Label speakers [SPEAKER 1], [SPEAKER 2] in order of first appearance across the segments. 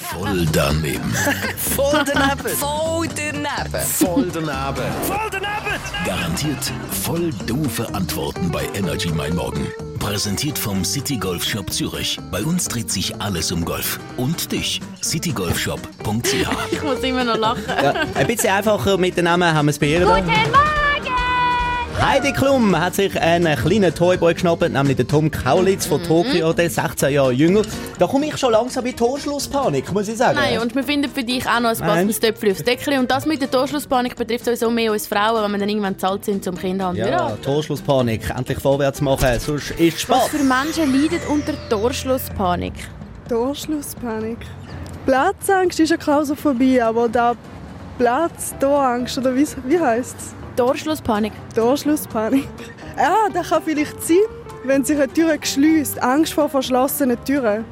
[SPEAKER 1] Voll daneben.
[SPEAKER 2] Voll daneben.
[SPEAKER 3] Voll daneben.
[SPEAKER 2] Voll daneben.
[SPEAKER 1] Garantiert voll doofe Antworten bei Energy Mein Morgen. Präsentiert vom City Golf Shop Zürich. Bei uns dreht sich alles um Golf. Und dich, citygolfshop.ch.
[SPEAKER 4] Ich muss immer noch lachen.
[SPEAKER 5] Ja, ein bisschen einfacher mit den Namen haben wir es bei ihr. Guten Morgen! Heidi Klum hat sich einen kleinen Toyboy geschnappt, nämlich den Tom Kaulitz von Tokio, der ist 16 Jahre jünger. Da komme ich schon langsam in die Torschlusspanik, muss ich sagen.
[SPEAKER 4] Nein, und wir finden für dich auch noch ein
[SPEAKER 5] Nein.
[SPEAKER 4] passendes Töpfchen aufs Deckchen. Und das mit der Torschlusspanik betrifft sowieso mehr uns Frauen, wenn wir dann irgendwann zahlt sind zum Kinderhandel.
[SPEAKER 5] ja, Torschlusspanik. Endlich vorwärts machen, sonst ist es
[SPEAKER 4] Was
[SPEAKER 5] spät.
[SPEAKER 4] für Menschen leiden unter Torschlusspanik?
[SPEAKER 6] Torschlusspanik. Platzangst ist ja Klaustrophobie, aber da Platz, Torangst oder wie, wie heißt es?
[SPEAKER 4] Torschlusspanik.
[SPEAKER 6] Torschlusspanik. Ah, das kann vielleicht sein, wenn sich eine Tür geschließt. Angst vor verschlossenen Türen.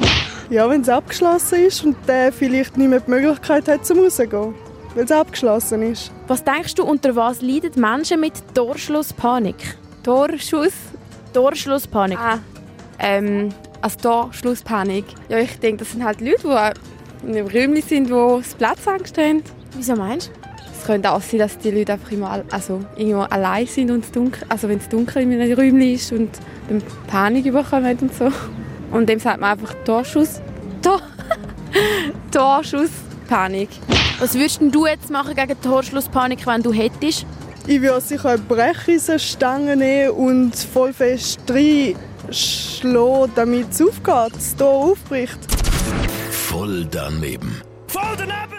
[SPEAKER 6] Ja, wenn es abgeschlossen ist und der vielleicht nicht mehr die Möglichkeit hat, zum rausgehen, weil es abgeschlossen ist.
[SPEAKER 4] Was denkst du, unter was leiden Menschen mit Torschlusspanik? Torschuss? Torschlusspanik.
[SPEAKER 7] Ah, ähm, also da Schlusspanik. Ja, ich denke, das sind halt Leute, die in einem Räumchen sind, wo es Platzangst haben.
[SPEAKER 4] Wieso meinst du?
[SPEAKER 7] Es könnte auch sein, dass die Leute einfach immer al- also, irgendwo allein sind und es dunkel, also wenn es dunkel in einem Räumchen ist und dann Panik bekommen und so. Und dem sagt man einfach Torschuss, Tor, Torschusspanik.
[SPEAKER 4] Was würdest denn du jetzt machen gegen Torschlusspanik, wenn du hättest?
[SPEAKER 6] Ich würde sicher eine Brechreisenstange nehmen und voll fest reinschlagen, damit es aufgeht, das Tor aufbricht.
[SPEAKER 1] Voll daneben.
[SPEAKER 2] Voll daneben.